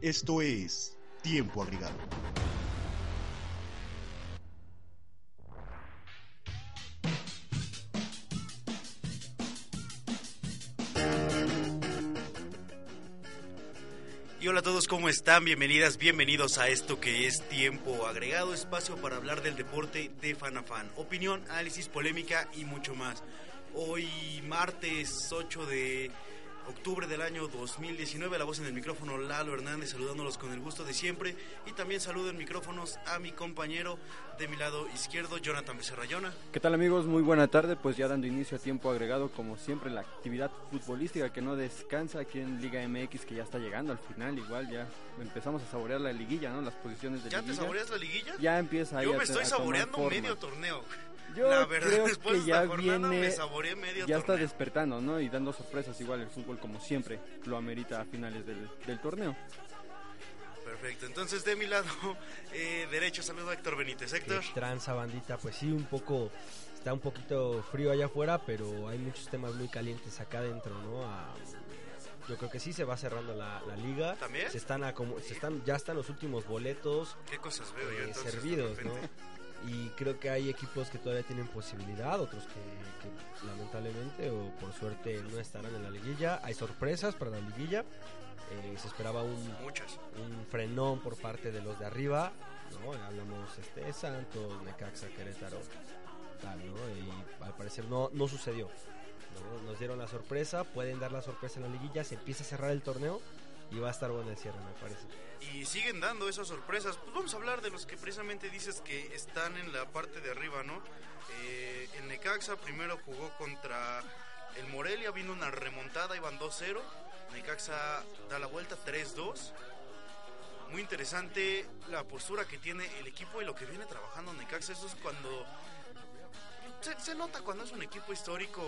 Esto es Tiempo Agregado. Y hola a todos, ¿cómo están? Bienvenidas, bienvenidos a esto que es Tiempo Agregado, espacio para hablar del deporte de fan a fan. Opinión, análisis, polémica y mucho más. Hoy martes 8 de octubre del año 2019. La voz en el micrófono Lalo Hernández saludándolos con el gusto de siempre. Y también saludo en micrófonos a mi compañero de mi lado izquierdo, Jonathan Becerrayona. ¿Qué tal amigos? Muy buena tarde. Pues ya dando inicio a tiempo agregado, como siempre, la actividad futbolística que no descansa aquí en Liga MX que ya está llegando al final. Igual ya empezamos a saborear la liguilla, ¿no? Las posiciones de ¿Ya liguilla. te saboreas la liguilla? Ya empieza ahí Yo a me te- estoy a tomar saboreando forma. medio torneo. Yo la verdad, creo después que de esta ya jornada viene- me saboreé medio Ya está torneo. despertando, ¿no? Y dando sorpresas igual el fútbol como siempre lo amerita a finales del, del torneo. Perfecto, entonces de mi lado eh, derecho saludo a Héctor Benítez. Héctor. Qué tranza bandita, pues sí, un poco, está un poquito frío allá afuera, pero hay muchos temas muy calientes acá adentro, ¿no? Ah, yo creo que sí se va cerrando la, la liga. ¿También? Se están, acomo- se están, ya están los últimos boletos ¿Qué cosas veo yo eh, entonces? de servidos, ¿no? repente? Y creo que hay equipos que todavía tienen posibilidad, otros que, que lamentablemente o por suerte no estarán en la liguilla. Hay sorpresas para la liguilla. Eh, se esperaba un Muchas. un frenón por parte de los de arriba, ¿no? Hablamos este, de Santos, Necaxa, Querétaro, tal, ¿no? Y al parecer no, no sucedió. ¿no? Nos dieron la sorpresa, pueden dar la sorpresa en la liguilla, se empieza a cerrar el torneo y va a estar bueno el cierre, me parece. Y siguen dando esas sorpresas. Pues vamos a hablar de los que precisamente dices que están en la parte de arriba, ¿no? Eh, el Necaxa primero jugó contra el Morelia, vino una remontada, iban 2-0. Necaxa da la vuelta 3-2. Muy interesante la postura que tiene el equipo y lo que viene trabajando Necaxa. Eso es cuando... Se, se nota cuando es un equipo histórico,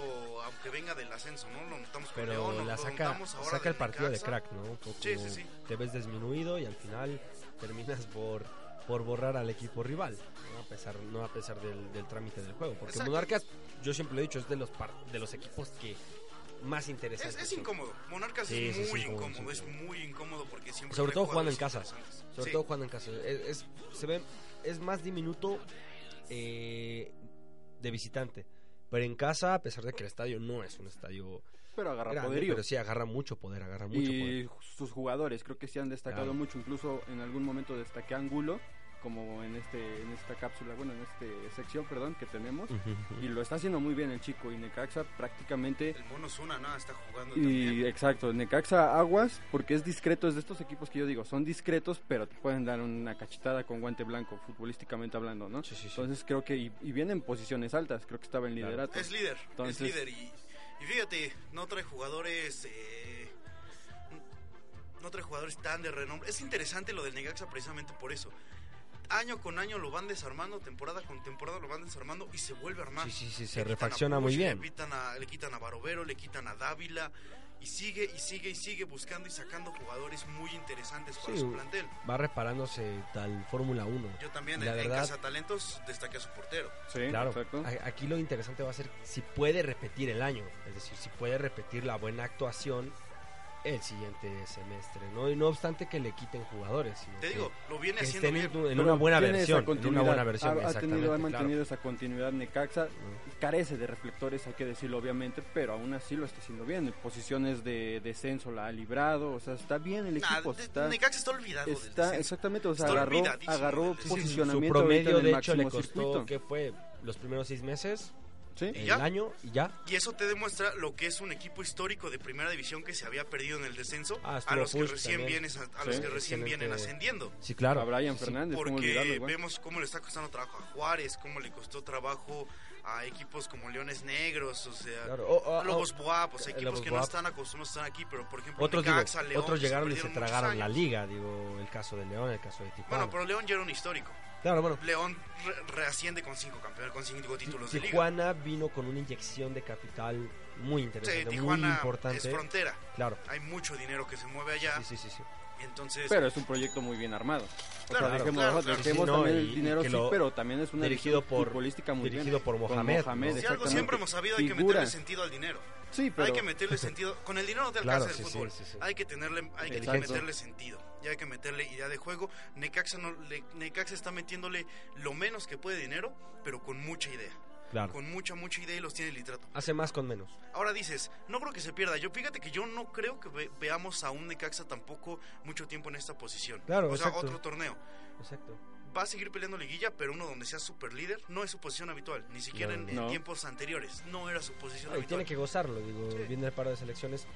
aunque venga del ascenso, ¿no? Lo notamos con Pero León, lo la saca, notamos ahora saca el del partido de Necaxa. crack, ¿no? Un poco Sí, sí, sí. Te ves disminuido y al final terminas por por borrar al equipo rival, ¿no? a pesar, no a pesar del, del trámite del juego. Porque Exacto. Monarcas, yo siempre lo he dicho, es de los par- de los equipos que más Es, interesantes. es son. incómodo. Monarcas Sí, es sí, sí, muy incómodo, incómodo, sí, es incómodo. muy incómodo porque siempre. Sobre trae todo jugando en jugadores casa. interesantes. Sobre Sí, todo jugando en casa. Es, es- se ve, es más diminuto eh, de visitante. Pero en casa, a pesar de que el estadio no es un estadio Pero agarra grande, poderío. pero sí agarra mucho poder, agarra mucho poder. y sus jugadores creo que se han destacado Claro. mucho incluso en algún momento destaqué a Angulo como en este en esta cápsula bueno en este sección perdón que tenemos Ujú. y lo está haciendo muy bien el chico y Necaxa prácticamente El mono Zuna, nada, está jugando y también. exacto Necaxa aguas porque es discreto es de estos equipos que yo digo son discretos pero te pueden dar una cachetada con guante blanco futbolísticamente hablando no Sí, sí, sí. entonces creo que y, y viene en posiciones altas creo que estaba en Claro. liderato Es líder, Entonces- es líder. Y, y fíjate, no trae jugadores. eh, no trae jugadores tan de renombre. Es interesante lo del Negaxa precisamente por eso. Año con año lo van desarmando, temporada con temporada lo van desarmando y se vuelve a armar. Sí, sí, sí, Le se quitan a refacciona Puch, muy Le bien. quitan, a, le quitan a Barovero, le quitan a Dávila. Y sigue y sigue y sigue buscando y sacando jugadores muy interesantes para Sí. su plantel. Va reparándose tal Fórmula 1. Yo también La en, verdad- Casa Talentos destaqué a su portero. sí Claro, exacto a- aquí lo interesante va a ser si puede repetir el año, es decir, si puede repetir la buena actuación el siguiente semestre, ¿no? Y no obstante que le quiten jugadores, sino Te que- digo, lo viene que haciendo estén en, bien. tu- en Pero una buena tiene esa versión, en una continuidad. buena versión, Ha- ha, tenido, ha exactamente, claro. mantenido esa continuidad Necaxa, Mm. carece de reflectores, hay que decirlo obviamente, pero aún así lo está haciendo bien. En posiciones de descenso la ha librado, o sea, está bien el Nah, equipo. de- está, Necaxa está olvidado del está- descenso. exactamente, o sea, Está agarró, olvidadísimo del agarró descenso. Su posicionamiento ahorita promedio, en el de hecho, le máximo costó, circuito. que fue? Los primeros seis meses, Sí. ¿Y el ya? año y ya. Y eso te demuestra lo que es un equipo histórico de primera división que se había perdido en el descenso Ah, a estuvo los que Puch recién también. vienes a, a los Sí, que recién vienen excelente. ascendiendo. Sí, claro. A Brian Sí, sí. Fernández, ¿cómo olvidarlo, Porque igual? vemos cómo le está costando trabajo a Juárez, cómo le costó trabajo a equipos como Leones Negros, o sea, Claro. Oh, oh, oh. Lobos Buap, o sea, pues, ah, equipos Lobos que no Buap. están acostumbrados a estar aquí, pero por ejemplo, Otros, Necaxa, digo, León, otros que llegaron y se perdieron muchos tragaron la años. liga, digo, el caso de León, el caso de Tijuana. Bueno, pero León ya era un histórico. Claro, bueno. León re- reasciende con cinco campeones, con cinco títulos de liga. Tijuana vino con una inyección de capital muy Sí, interesante, muy Tijuana importante. es frontera. Claro. Hay mucho dinero que se mueve allá. Sí, sí, sí, sí. Entonces, Pero es un proyecto muy bien armado. O Claro, sea, dejemos, claro, claro. dejemos Sí, sí, no, también y- el dinero, y que sí, lo- pero también es una dirigido dirección por- futbolística muy dirigido bien. por Con Mohamed, ¿no? si algo exactamente. siempre hemos sabido, hay que Figura. meterle sentido al dinero. Sí, pero Hay que meterle sentido. Con el dinero no te Claro, alcanza sí, el sí, fútbol. sí, sí. Hay que tenerle, hay que Exacto. meterle sentido. Y hay que meterle idea de juego. Necaxa, no, le- Necaxa está metiéndole lo menos que puede dinero, pero con mucha idea. Claro. Con mucha, mucha idea y los tiene el litrato. Hace más con menos. Ahora dices, no creo que se pierda. Yo fíjate que yo no creo que ve- veamos a un Necaxa tampoco mucho tiempo en esta posición. Claro, o sea, exacto. otro torneo. Exacto. Va a seguir peleando liguilla, pero uno donde sea super líder no es su posición habitual. Ni siquiera No, en, en no. tiempos anteriores. No era su posición y habitual. tiene que gozarlo, digo, Sí. viene el paro de selecciones,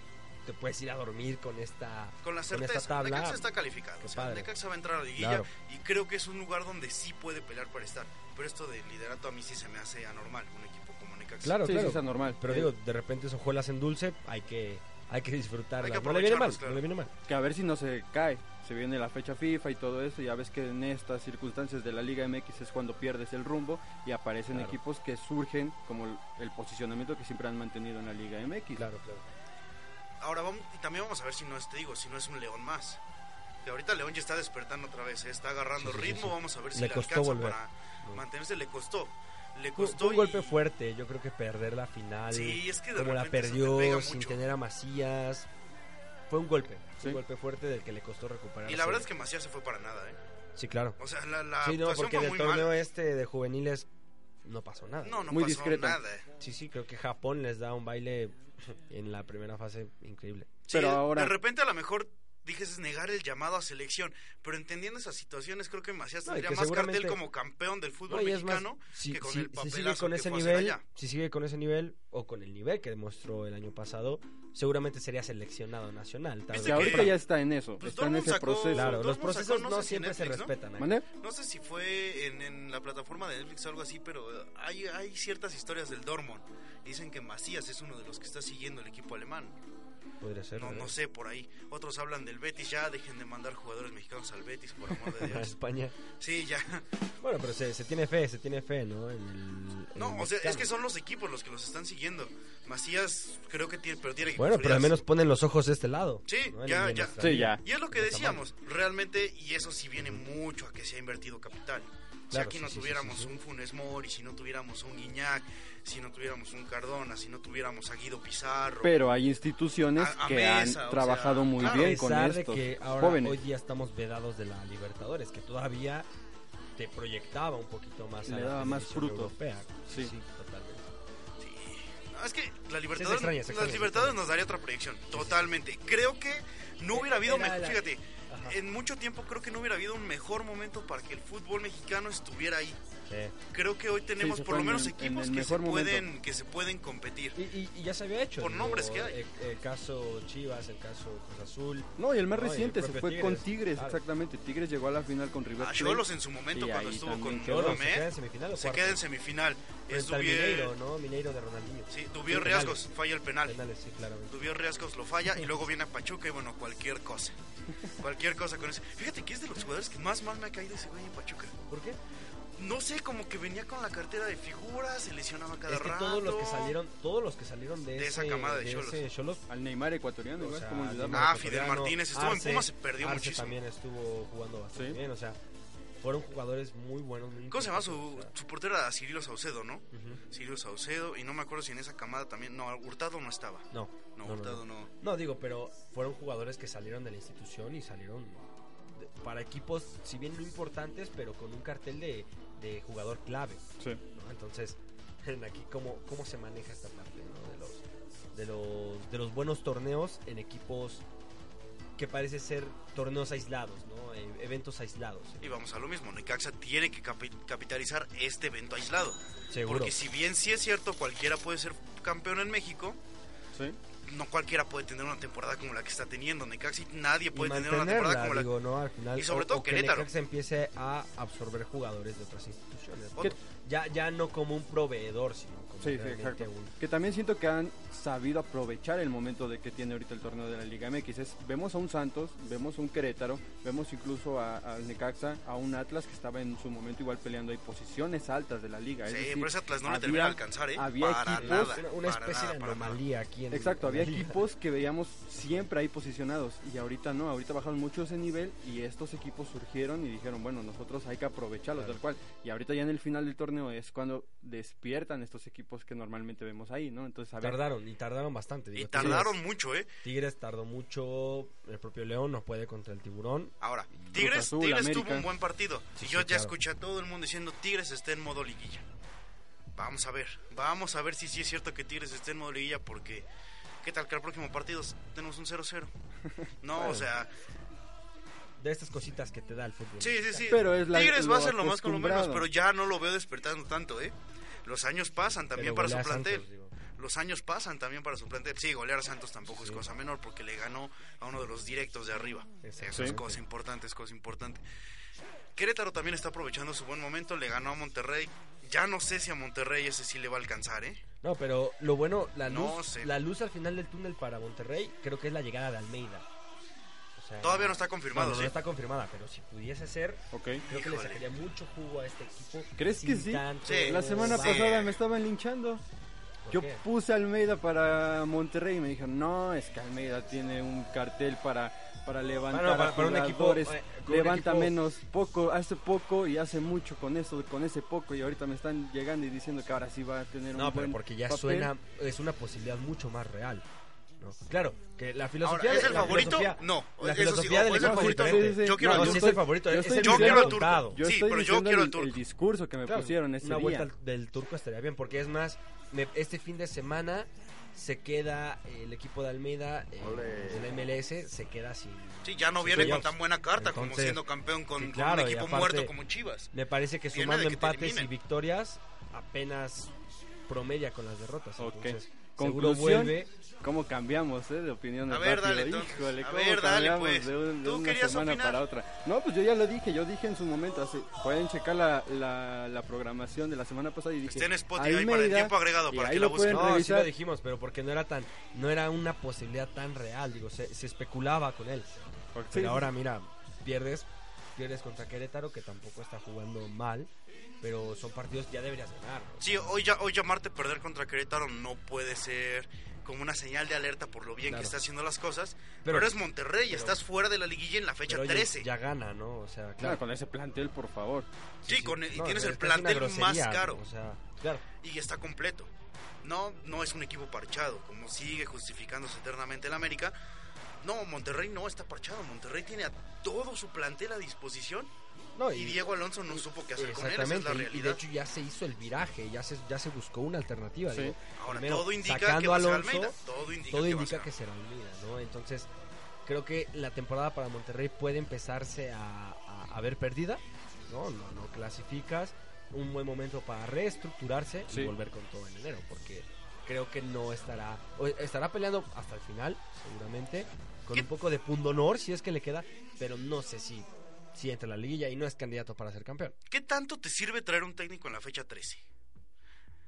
te puedes ir a dormir con esta... Con la esta certeza, tabla, Necaxa está calificado. qué O sea, padre. Necaxa va a entrar a la liguilla Claro. y creo que es un lugar donde sí puede pelear para estar. Pero esto de liderato a mí sí se me hace anormal, un equipo como Necaxa. Claro, sí, sí, claro. es anormal. Eh, Pero Sí. digo, de repente esas hojuelas en dulce, hay que, hay que disfrutarlas. Hay que no le viene mal, aprovecharlas, claro. no le viene mal. que a ver si no se cae. Se viene la fecha FIFA y todo eso, ya ves que en estas circunstancias de la Liga MX es cuando pierdes el rumbo y aparecen Claro. equipos que surgen como el, el posicionamiento que siempre han mantenido en la Liga MX. Claro, claro. Ahora vamos, y también vamos a ver si no es, te digo, si no es un León más. Que ahorita León ya está despertando otra vez, ¿eh? está agarrando Sí, sí, sí, ritmo, sí. vamos a ver si Le le, costó alcanza volver. para No. mantenerse, le costó. Le Fue- costó fue un golpe y- fuerte, yo creo que perder la final, Sí, es que de como la repente eso te pega perdió sin mucho. tener a Macías, fue un golpe, fue Sí. un golpe fuerte del que le costó recuperar. Y la verdad es que Macías se fue para nada, ¿eh? Sí, claro. O sea, la, la Sí, no, actuación porque fue del muy torneo mala. este de juveniles no pasó nada. No, no Muy pasó discreta. nada. ¿eh? Sí, sí, creo que Japón les da un baile en la primera fase increíble. Sí, Pero ahora- De repente a lo mejor dijes negar el llamado a selección, pero entendiendo esas situaciones creo que Macías No, y tendría que más cartel seguramente- como campeón del fútbol No, y es más, mexicano si, que con si- el si papelazo sigue con que ese fue a hacer nivel, allá. si sigue con ese nivel o con el nivel que demostró el año pasado, seguramente sería seleccionado nacional. tarde Que Viste o ahorita temprano. ya está en eso, Pues está en Dortmund ese sacó- proceso. Claro, los Dortmund procesos sacó, no, no sé si siempre se Netflix, ¿no? respetan. ¿Mande? No sé si fue en, en la plataforma de Netflix o algo así, pero eh, hay, hay ciertas historias del Dortmund. Dicen que Macías es uno de los que está siguiendo el equipo alemán. Podría ser. No, no sé, por ahí. Otros hablan del Betis, ya dejen de mandar jugadores mexicanos al Betis, por amor de A Dios. España. Sí, ya. Bueno, pero se, se tiene fe, se tiene fe, ¿no? En el- en No, el o sea, es mexicano. que son los equipos los que los están siguiendo. Macías creo que tiene, pero tiene que Bueno, pero al consolidarse. menos ponen los ojos de este lado. Sí, ¿no? En ya, el de ya. nuestra Sí, liga. ya. Y es lo que No está decíamos, realmente, y eso sí viene mucho a que se ha invertido capital. si Claro, aquí sí, no sí, sí, tuviéramos sí, sí. un Funes Mori, si no tuviéramos un Guiñac, si no tuviéramos un Cardona, si no tuviéramos a Guido Pizarro. Pero hay instituciones A- a que mesa, o han trabajado sea, muy claro. bien a con pesar de estos que ahora jóvenes. hoy día estamos vedados de la Libertadores, que todavía te proyectaba un poquito más a Le la daba más televisión fruto. europea. Sí. totalmente. Sí. No, es que la Libertadores, extraña, se extraña, las se Libertadores extraña. nos daría otra proyección, totalmente. Creo que no hubiera habido, Era mejor- la- fíjate, Ajá. en mucho tiempo creo que no hubiera habido un mejor momento para que el fútbol mexicano estuviera ahí. Sí. Creo que hoy tenemos se por lo fue en- menos en equipos el que se, mejor momento. pueden, que se pueden competir. Y, y- y ya se había hecho. Por digo, nombres que hay. El, el caso Chivas, el caso Cruz Azul. No, y el más No, y el reciente se propio fue con Tigres, Tigres, claro. exactamente. Tigres llegó a la final con River Ah, A Plate. Cholos en su momento Sí, cuando ahí estuvo también con Cholos, Cholos, ¿Se queda Mohamed, en semifinal o se cuarto? queda en semifinal. Pues Frente al Mineiro, ¿no? Mineiro de Ronaldinho. Sí, Dubier Sí, Riascos falla el penal. Penales, sí, claramente. Dubier Riascos lo falla y luego viene a Pachuca y bueno, cualquier cosa. Cualquier cosa con ese. Fíjate que es de los jugadores que más mal me ha caído ese güey en Pachuca. ¿Por qué? No sé, como que venía con la cartera de figuras, se lesionaba cada es que rato. todos los que salieron, todos los que salieron de, De esa ese- camada de ese Cholos. Cholos, Al Neymar ecuatoriano, igual, como olvidarlo. Neymar. Ah, Ecuatoriano, Fidel Martínez estuvo en Arce, Pumas, se perdió Arce muchísimo. también estuvo jugando bastante Sí. bien, o sea, fueron jugadores muy buenos. Muy ¿Cómo se llama su, importantes, su portero? Era Cirilo Saucedo, ¿no? o sea, ujú. Cirilo Saucedo, y no me acuerdo si en esa camada también. No, Hurtado no estaba. No, No, no, no, Hurtado no. no. No, digo, pero fueron jugadores que salieron de la institución y salieron de- para equipos, si bien no importantes, pero con un cartel de, de jugador clave. Sí. ¿no? Entonces, en aquí cómo, cómo se maneja esta parte ¿no? de, los, de, los, de los buenos torneos en equipos que parece ser torneos aislados, ¿no? E- eventos aislados. Y vamos a lo mismo, Necaxa tiene que capi- capitalizar este evento aislado. Seguro. Porque si bien sí es cierto, cualquiera puede ser campeón en México, Sí. no cualquiera puede tener una temporada como la que está teniendo Necaxa y nadie Y puede tener una temporada como mantenerla, la digo, ¿no? Al final, Y sobre o- todo o que Querétaro. Necaxa empiece a absorber jugadores de otras instituciones. ¿no? ¿Qué- Ya, ya no como un proveedor, sino como Sí, sí, realmente exacto. un- Que también siento que han sabido aprovechar el momento de que tiene ahorita el torneo de la Liga MX. Es- vemos a un Santos, vemos a un Querétaro, vemos incluso a- al Necaxa, a un Atlas que estaba en su momento igual peleando ahí posiciones altas de la Liga. Es Sí, decir, pero ese Atlas no le había- termina de alcanzar, ¿eh? había para equipos- nada. Una, una para especie nada, de para nada. anomalía aquí en Exacto, había en la liga. equipos que veíamos siempre ahí posicionados y ahorita no, ahorita bajaron mucho ese nivel y estos equipos surgieron y dijeron, bueno, nosotros hay que aprovecharlos Claro. tal cual. Y ahorita ya en el final del torneo es cuando despiertan estos equipos que normalmente vemos ahí, ¿no? Entonces, a ver, Tardaron, y tardaron bastante. Y digo, tardaron Tigres, mucho, ¿eh? Tigres tardó mucho, el propio León no puede contra el Tiburón. Ahora, Cruz Tigres, Azul, Tigres América. tuvo un buen partido. Sí, y sí, yo ya claro. escuché a todo el mundo diciendo Tigres está en modo liguilla. Vamos a ver, vamos a ver si sí es cierto que Tigres está en modo liguilla porque qué tal que al próximo partido tenemos un 0-0. No, Bueno. o sea, De estas cositas que te da el fútbol. sí, sí, sí. Pero es la- Tigres lo va a ser lo más con lo menos, acostumbrado. pero ya no lo veo despertando tanto, ¿eh? Los años pasan también Pero para su golea a Santos, plantel. digo. Los años pasan también para su plantel. Sí, golear a Santos tampoco Sí. es cosa menor porque le ganó a uno de los directos de arriba. Eso es Exactamente. cosa importante, es cosa importante. Querétaro también está aprovechando su buen momento, le ganó a Monterrey. Ya no sé si a Monterrey ese sí le va a alcanzar, ¿eh? No, pero lo bueno, la luz, No sé. la luz al final del túnel para Monterrey, creo que es la llegada de Almeida. O sea, Todavía no está confirmado, ¿eh? no, no, no ¿sí? está confirmada, pero si pudiese ser, ok. creo que Híjole. le sacaría mucho jugo a este equipo. ¿Crees que sin sí? tanto Sí. La semana Sí. baile. pasada me estaban linchando. ¿Por Yo qué? puse a Almeida para Monterrey y me dijeron, no, es que Almeida tiene un cartel para, para levantar Bueno, para- a para un equipo, jugadores. eh, con un Levanta equipo- menos, poco, hace poco y hace mucho con eso, con ese poco. Y ahorita me están llegando y diciendo que ahora sí va a tener un No, pero buen porque ya papel. suena, es una posibilidad mucho más real. ¿no. Claro, que la filosofía Ahora, ¿es de- el la favorito? filosofía- No, la eso sí, filosofía o es del el equipo es favorito, diferente. yo quiero no, al sí es turco. el favorito, Yo es estoy el Yo quiero al turco. resultado. Yo Sí, estoy pero yo diciendo quiero al el, turco. el discurso que me Claro, pusieron ese una día. vuelta al- del turco estaría bien, porque es más, me- este fin de semana se queda eh, el equipo de Almeida eh, en la MLS, se queda sin. Sí, ya no sin viene con playoffs. tan buena carta como Entonces, siendo campeón con, sí, con claro, un y equipo aparte- muerto como Chivas. Me parece que Viene sumando de que te empates y eliminen. victorias, apenas promedia con las derrotas. Ok. Entonces, seguro Conclusión. vuelve. ¿Cómo cambiamos eh, de opinión? A ver, dale, entonces. Híjole, A ¿cómo ver, dale, cambiamos pues. de, un- de Tú una querías semana opinar. para otra? No, pues yo ya lo dije, yo dije en su momento. Así, pueden checar la, la, la programación de la semana pasada y dije. Está en Spotify Almeida, para el tiempo agregado, y para ahí que lo la busquen. pueden No, sí lo revisar. dijimos, pero porque no era tan, no era una posibilidad tan real, digo, se, se especulaba con él. Ok. Sí, Pero ahora sí. mira, pierdes, pierdes contra Querétaro que tampoco está jugando mal, pero son partidos que ya deberías ganar. ¿no? Sí, hoy, ya, hoy llamarte perder contra Querétaro no puede ser como una señal de alerta por lo bien Claro. que está haciendo las cosas. Pero- Pero, eres Monterrey, y estás fuera de la liguilla en la fecha Pero oye, 13. Ya gana, ¿no? O sea, Claro, claro. con ese plantel, por favor. sí, con el- y No, tienes es el que es una plantel más grosería, caro. O sea, claro. y está completo. No, no es un equipo parchado, como sigue justificándose eternamente el América. No, Monterrey no está parchado. Monterrey tiene a todo su plantel a disposición No, y Diego Alonso no supo qué hacer con él. Esa es la Exactamente, y- y de realidad. hecho ya se hizo el viraje, ya se, ya se buscó una alternativa. Sí. digo, Ahora, primero, todo indica que sacando va a a ser Alonso, Almeida. Todo indica todo que va a indica ser que será Almeida, ¿no? Entonces, creo que la temporada para Monterrey puede empezarse a, a- a ver perdida, ¿no? No, no clasificas, un buen momento para reestructurarse y Sí. volver con todo en enero, porque creo que no estará, o estará peleando hasta el final, seguramente, con ¿Qué? un poco de pundonor si es que le queda, pero no sé si, si entra a la liguilla y no es candidato para ser campeón. ¿Qué tanto te sirve traer un técnico en la fecha 13?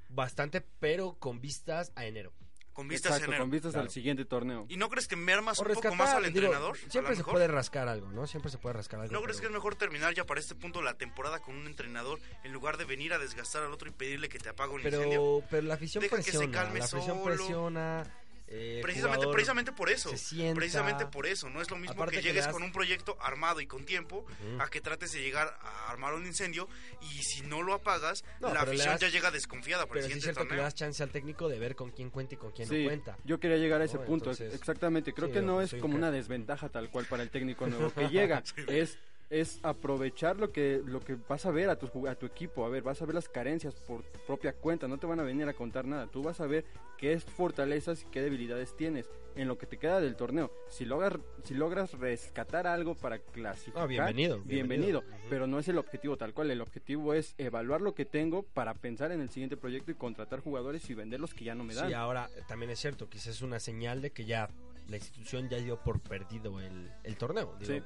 Bastante, pero con vistas a enero. Con vistas a Exacto, enero. con vistas Claro. al siguiente torneo. ¿Y no crees que mermas O un poco más al rescatar, digo, entrenador? a siempre lo se mejor? puede rascar algo, ¿no? Siempre se puede rascar algo. ¿No crees que pero- es mejor terminar ya para este punto la temporada con un entrenador en lugar de venir a desgastar al otro y pedirle que te apague un incendio? pero, pero la afición Deja que se presiona, calme la afición solo. presiona. eh, Precisamente, jugador- precisamente por eso. se sienta. Precisamente por eso. No es lo mismo Aparte que que le llegues das- con un proyecto armado y con tiempo Ujú. a que trates de llegar a armar un incendio y si no lo apagas, No, la pero le afición das- ya llega desconfiada para Pero el sí es siguiente cierto que le torneo. das chance al técnico de ver con quién cuenta y con quién Sí, no cuenta. yo quería llegar a ese No, punto, entonces- exactamente. Creo Sí, que yo no es soy un como ca- una desventaja tal cual para el técnico nuevo que llega. es es aprovechar lo que, lo que vas a ver a tu, jug- a tu equipo. A ver, vas a ver las carencias por tu propia cuenta. No te van a venir a contar nada. Tú vas a ver qué es fortalezas y qué debilidades tienes en lo que te queda del torneo. Si logras, si logras rescatar algo para clasificar, Ah, bienvenido, bienvenido. bienvenido. Ujú. Pero no es el objetivo tal cual. El objetivo es evaluar lo que tengo para pensar en el siguiente proyecto y contratar jugadores y vender los que ya no me dan. Sí, ahora eh, también es cierto, quizás es una señal de que ya la institución ya dio por perdido el, el torneo. Digo, Sí.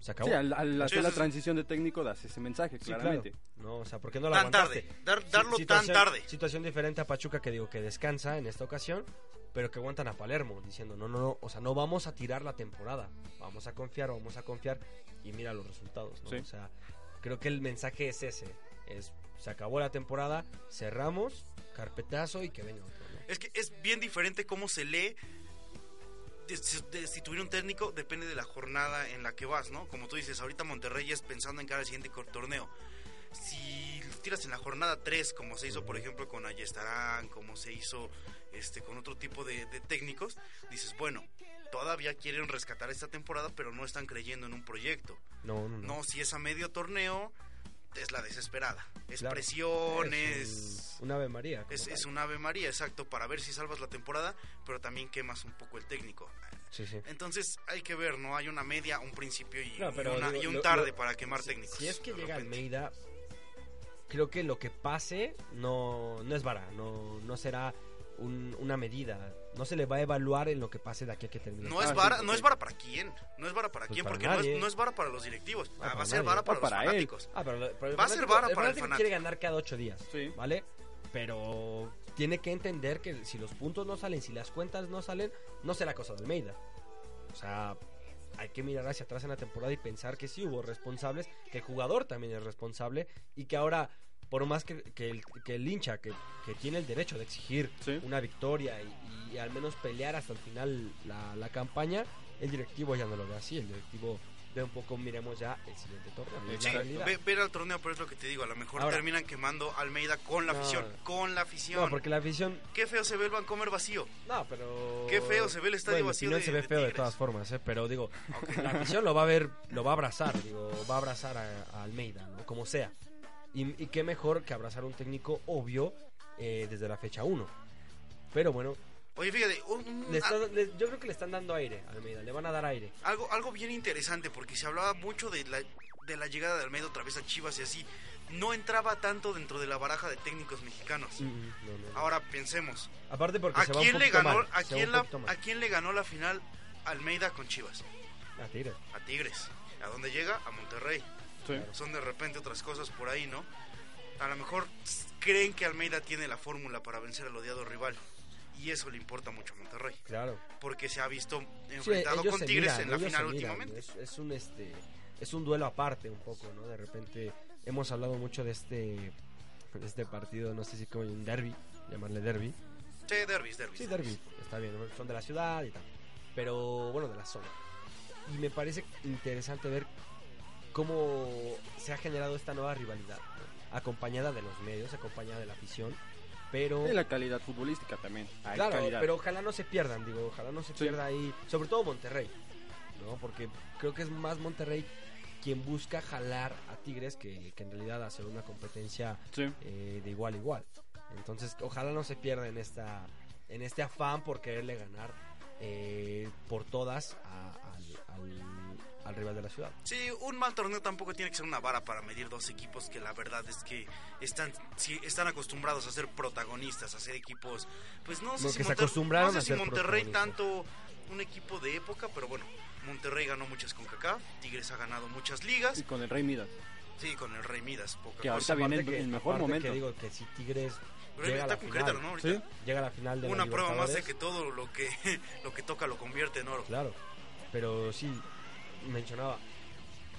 Se acabó. Sí, al, al hacer Sí, la sí, sí. transición de técnico das ese mensaje, Sí, claramente. claro. No, o sea, ¿por qué no lo Tan aguantaste? tarde. Dar- darlo Si- tan situación- tarde. Situación diferente a Pachuca que digo que descansa en esta ocasión, pero que aguantan a Palermo diciendo, no, no, no, o sea, no vamos a tirar la temporada, vamos a confiar, vamos a confiar y mira los resultados, ¿no? Sí. O sea, creo que el mensaje es ese, es se acabó la temporada, cerramos, carpetazo y que venga otro, ¿no? Es que es bien diferente cómo se lee des- destituir un técnico depende de la jornada en la que vas, ¿no? Como tú dices, ahorita Monterrey es pensando en cara al siguiente cor- torneo. Si tiras en la jornada 3, como se hizo, por ejemplo, con Ayestarán, como se hizo este, con otro tipo de, de técnicos, dices, bueno, todavía quieren rescatar esta temporada, pero no están creyendo en un proyecto. No, no, no. No, si es a medio torneo, es la desesperada. Es Claro. presión, Es es... un, un Ave María. como Es, tal. es un Ave María, exacto, para ver si salvas la temporada, pero también quemas un poco el técnico. Sí, sí. Entonces hay que ver, ¿no? Hay una media, un principio y, No, y pero una- digo, y un lo- tarde lo- para quemar si- técnicos. Si es que de llega repente. Almeida, creo que lo que pase no, no es vara, no, no será un- una medida. No se le va a evaluar en lo que pase de aquí a que termine. No Ah, es sí, vara, porque- no es vara para quién, no es vara para Pues quién, para porque no nadie. es, no es vara para los directivos, Ah, Ah, va para a ser nadie. vara Ah, para, para los él. fanáticos. Ah, pero, lo- pero el Va a ser fanático- vara para el fanático quiere ganar cada ocho días, Sí. ¿vale? Pero tiene que entender que si los puntos no salen, si las cuentas no salen, no será cosa de Almeida. O sea, hay que mirar hacia atrás en la temporada y pensar que sí hubo responsables, que el jugador también es responsable y que ahora, por más que, que el, que el hincha, que, que tiene el derecho de exigir Sí. una victoria y, y al menos pelear hasta el final la, la campaña, el directivo ya no lo ve así, el directivo ve un poco, miremos ya el siguiente torneo. y es la Sí, realidad. ve- ver al torneo, pero es lo que te digo, a lo mejor Ahora- terminan quemando a Almeida con la No. afición, con la afición. No, porque la afición. Qué feo se ve el Vancomer vacío, No, pero. Qué feo se ve el estadio Bueno, vacío Pinol de- se ve de feo de Tigres. todas formas, ¿eh? Pero digo, aunque la afición lo va a ver, lo va a abrazar, digo, va a abrazar a, a Almeida, ¿no? Como sea. Y, y qué mejor que abrazar a un técnico obvio eh, desde la fecha 1. Pero bueno, Oye, fíjate, un- un- ah, le a- está- le- yo creo que le están dando aire a Almeida, le van a dar aire. algo, algo bien interesante, porque se hablaba mucho de la, de la llegada de Almeida otra vez a Chivas y así. No entraba tanto dentro de la baraja de técnicos mexicanos. Mm, No, no, no. Ahora pensemos, Aparte porque ¿a se va un quién, le poquito ganó, mal, ¿a, se va quién un la, poquito mal. ¿a quién le ganó la final Almeida con Chivas? A Tigres. A Tigres. ¿A dónde llega? A Monterrey. Sí. Son de repente otras cosas por ahí, ¿no? A lo mejor creen que Almeida tiene la fórmula para vencer al odiado rival. Y eso le importa mucho a Monterrey. Claro. Porque se ha visto Sí, enfrentado ellos con se Tigres miran, en la ellos se final miran, últimamente. Es, es un este es un duelo aparte un poco, ¿no? De repente hemos hablado mucho de este de este partido, no sé si como un derby, llamarle derby. Sí, derbis, derbis. Sí, derby, está bien, ¿no? son de la ciudad y tal. Pero bueno, de la zona. Y me parece interesante ver cómo se ha generado esta nueva rivalidad, ¿no? acompañada de los medios, acompañada de la afición, pero Y la calidad futbolística también. Hay Claro, calidad. pero ojalá no se pierdan, digo, ojalá no se Sí. pierda ahí, sobre todo Monterrey, ¿no? Porque creo que es más Monterrey quien busca jalar a Tigres que, que en realidad hacer una competencia Sí. eh, de igual a igual. Entonces, ojalá no se pierda en, esta, en este afán por quererle ganar eh, por todas a- al, al- al rival de la ciudad. Sí, un mal torneo tampoco tiene que ser una vara para medir dos equipos que la verdad es que están, sí, están acostumbrados a ser protagonistas, a ser equipos. Pues no sé No, si, que se Monter- acostumbraron no sé a si ser Monterrey protagonistas. tanto un equipo de época, pero bueno, Monterrey ganó muchas con Kaká, Tigres ha ganado muchas ligas, Y con el Rey Midas. sí, con el Rey Midas, poca Que cosa. ahorita viene el, Aparte que- el mejor aparte momento. Que digo que si Tigres Pero llega a está la con final, Querétaro, ¿no? Ahorita. llega a la final de la Una prueba más de Libertadores, que todo lo que, lo que toca lo convierte en oro. Claro, pero sí, mencionaba,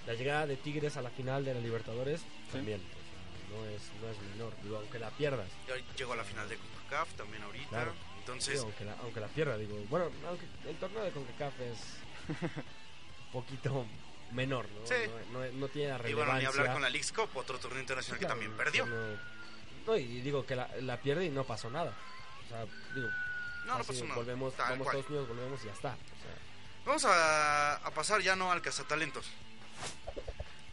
la llegada de Tigres a la final de la Libertadores también, o sea, no, es, no es menor, digo, aunque la pierdas, Ya llegó a la final de CONCACAF también ahorita. Claro. Entonces, digo, aunque, la, aunque la pierda, digo, bueno, aunque el torneo de CONCACAF es un poquito menor, ¿no? Sí. No, no- no tiene la y relevancia. bueno, ni hablar con la Leagues Cup, otro torneo internacional que Claro, también perdió. No, no, y digo que la, la pierde y no pasó nada, o sea, digo, No, no así, pasó nada. volvemos, Tal vamos cual. todos unidos, volvemos y ya está, o sea, Vamos a, a pasar ya no al cazatalentos.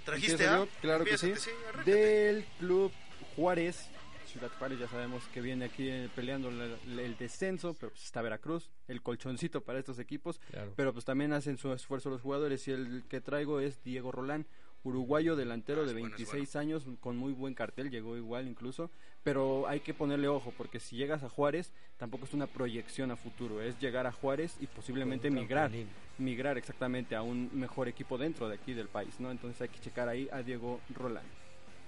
¿Trajiste Empiezo a? yo, claro que sí. Empiézate, arráncate. Del Club Juárez, Ciudad Juárez, ya sabemos que viene aquí eh, peleando la- la- el descenso, pero pues está Veracruz, el colchoncito para estos equipos, Claro. pero pues también hacen su esfuerzo los jugadores y el que traigo es Diego Rolán, uruguayo delantero Ah, de es bueno, es 26 años con muy buen cartel, llegó igual incluso, pero hay que ponerle ojo porque si llegas a Juárez tampoco es una proyección a futuro, es llegar a Juárez y posiblemente Con un migrar trampolín. migrar exactamente a un mejor equipo dentro de aquí del país, ¿no? Entonces hay que checar ahí a Diego Roland.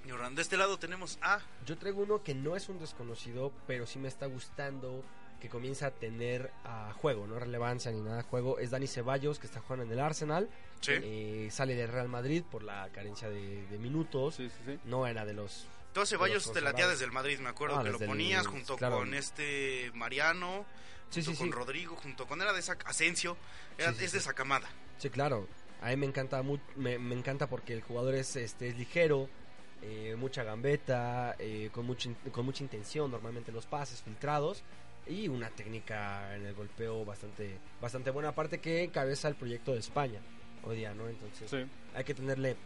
Y Orlando, De este lado tenemos a. Yo traigo uno que no es un desconocido, pero sí me está gustando, que comienza a tener a juego, no relevancia ni nada juego. Es Dani Ceballos, que está jugando en el Arsenal. Sí. Eh, sale del Real Madrid por la carencia de, de minutos. Sí, sí, sí. No era de los... Tú a Ceballos Los te latía conservadores. desde el Madrid, me acuerdo Ah, que lo desde el- ponías junto claro. con este Mariano, Sí, junto sí, con sí. Rodrigo, junto con. Era de esa. Asensio, era- Sí, sí, es sí. de esa camada. Sí, claro. A mí me encanta, mu- me, me encanta porque el jugador es, este, es ligero, eh, mucha gambeta, eh, con, mucha in- con mucha intención normalmente en los pases filtrados y una técnica en el golpeo bastante, bastante buena, aparte que encabeza el proyecto de España hoy día, ¿no? Entonces Sí, hay que tenerle...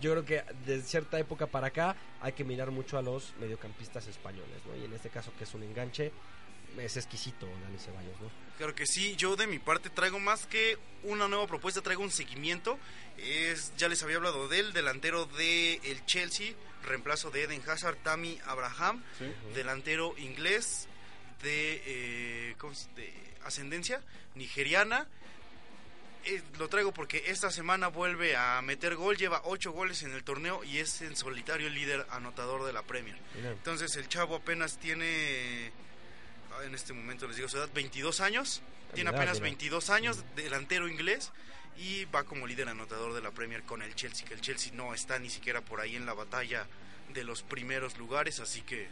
Yo creo que de cierta época para acá hay que mirar mucho a los mediocampistas españoles, ¿no? Y en este caso que es un enganche, es exquisito Dani Ceballos, ¿no? Claro que sí, yo de mi parte traigo más que una nueva propuesta, traigo un seguimiento. Es, ya les había hablado del delantero del el Chelsea, reemplazo de Eden Hazard, Tammy Abraham, sí. delantero inglés de, eh, ¿cómo se- de ascendencia nigeriana. Eh, lo traigo porque esta semana vuelve a meter gol, lleva 8 goles en el torneo y es en solitario el líder anotador de la Premier. Mira. Entonces el chavo apenas tiene, ah, en este momento les digo su edad, 22 años. Tiene Edad, apenas mira. 22 años, delantero inglés y va como líder anotador de la Premier con el Chelsea, que el Chelsea no está ni siquiera por ahí en la batalla de los primeros lugares, así que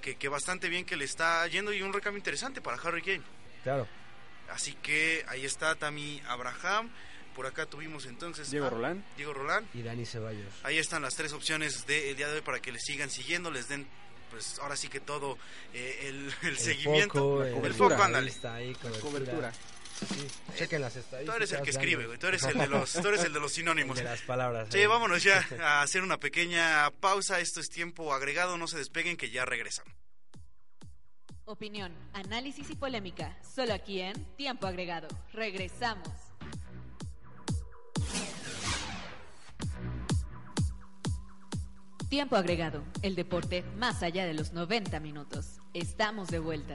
que, que bastante bien que le está yendo y un recambio interesante para Harry Kane. Claro. Así que ahí está Tammy Abraham, por acá tuvimos entonces Diego a Roland. Diego Rolán. Y Dani Ceballos. Ahí están las tres opciones del día de hoy para que les sigan siguiendo, les den, pues ahora sí que todo eh, el, el seguimiento. foco, la eh, cobertura. ahí ándale. Está ahí, Cobertura. cobertura. Sí, chequen las Tú estadísticas. eres el que vean escribe, los- güey. Tú eres el de los, tú eres el de los el sinónimos. de las palabras. Sí, ahí. vámonos ya a hacer una pequeña pausa. Esto es tiempo agregado. No se despeguen que ya regresamos. Opinión, análisis y polémica, solo aquí en Tiempo Agregado. Regresamos. Tiempo Agregado, el deporte más allá de los 90 minutos. Estamos de vuelta.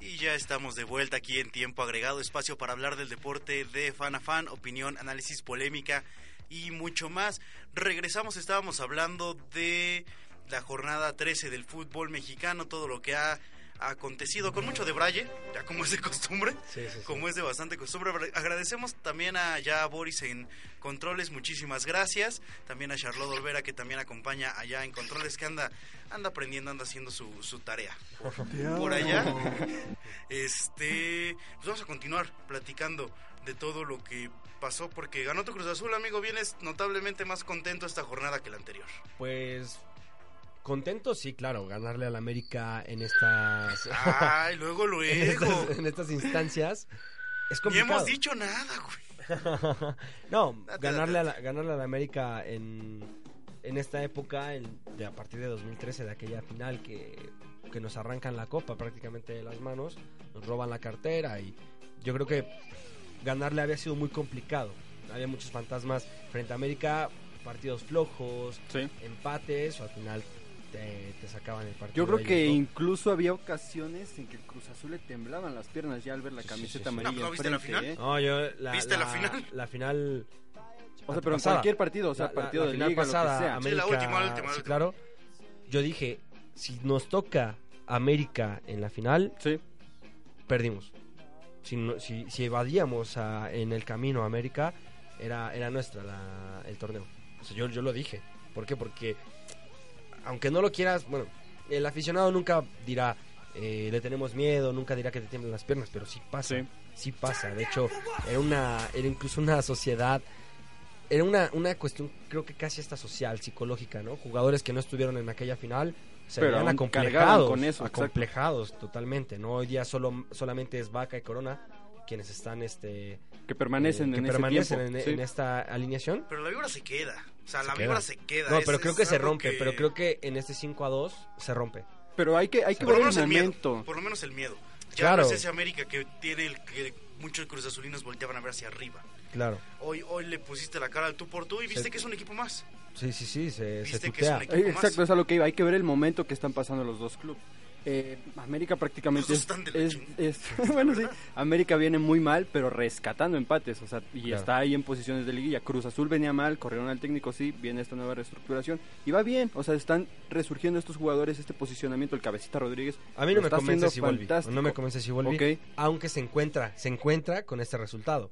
Y ya estamos de vuelta aquí en tiempo agregado. Espacio para hablar del deporte de fan a fan, opinión, análisis, polémica y mucho más. Regresamos, estábamos hablando de la jornada 13 del fútbol mexicano, todo lo que ha acontecido con mucho de braille, ya como es de costumbre. Sí, sí, sí. como es de bastante costumbre. Agradecemos también a ya a Boris en Controles, muchísimas gracias. También a Charlotte Olvera que también acompaña allá en Controles, que anda, anda aprendiendo, anda haciendo su, su tarea por allá. Este, pues vamos a continuar platicando de todo lo que pasó porque ganó tu Cruz Azul, amigo. Vienes notablemente más contento esta jornada que la anterior. Pues. Contento, sí, claro. Ganarle al América en estas. Ay, luego en, luego. estas en estas instancias. Es Ni complicado. hemos dicho nada, güey. no, Date, ganarle date. a la, ganarle a la América en, en esta época, en- de a partir de 2013, de aquella final que, que nos arrancan la copa prácticamente de las manos, nos roban la cartera y yo creo que ganarle había sido muy complicado. Había muchos fantasmas frente a América, partidos flojos, Sí. empates o al final te, te sacaban el partido. Yo creo ellos, que ¿no? incluso había ocasiones en que el Cruz Azul le temblaban las piernas ya al ver la Sí, camiseta sí, sí, sí. amarilla. No, ¿no viste la enfrente, final? ¿eh? No, yo la, ¿Viste la final? La final O sea, pero en Pasada. cualquier partido, o sea, La- la- partido la de final liga, pasada, lo que sea. Sí, la última, la última, la sí, última. claro. Yo dije, si nos toca América en la final, Sí, perdimos. Si, no- si, si evadíamos a- en el camino a América, era, era nuestra la- el torneo. O sea, yo, yo lo dije. ¿Por qué? Porque, aunque no lo quieras, bueno, el aficionado nunca dirá, eh, le tenemos miedo, nunca dirá que te tiemblan las piernas, pero sí pasa. Sí. Sí, pasa. De hecho, era, una, era incluso una sociedad era una, una cuestión, creo que casi hasta social, psicológica, ¿no? Jugadores que no estuvieron en aquella final se Pero veían aún acomplejados, cargaban con eso, exacto. acomplejados totalmente, ¿no? Hoy día solo, solamente es Vaca y Corona quienes están, este, que permanecen eh, en que ese permanecen tiempo, en- sí. en esta alineación. Pero la vibra se queda. O sea, Se la queda. vibra se queda. No, Es- pero creo es que se algo rompe, pero creo que en este 5 a 2 se rompe. Pero hay que, hay que Por ver lo el menos el miedo. momento. Por lo menos el miedo. Ya Claro. no es ese América que tiene el que muchos cruzazulinos volteaban a ver hacia arriba. Claro. Hoy, hoy le pusiste la cara al tú por tú y viste Sí. que es un equipo más. Sí, sí, sí, se, se Viste que tutea. es un Eh, equipo más. Exacto, es a lo que iba. Hay que ver el momento que están pasando los dos clubes. Eh, América prácticamente Los dos es, están de la es- chingada. es- bueno sí, América viene muy mal pero rescatando empates o sea y Claro. está ahí en posiciones de liguilla Cruz Azul venía mal corrieron al técnico sí viene esta nueva reestructuración y va bien o sea están resurgiendo estos jugadores este posicionamiento el cabecita Rodríguez A mí lo no me está convence haciendo Siboldi. fantástico. No me convence Siboldi. Ok. Aunque se encuentra, se encuentra con este resultado.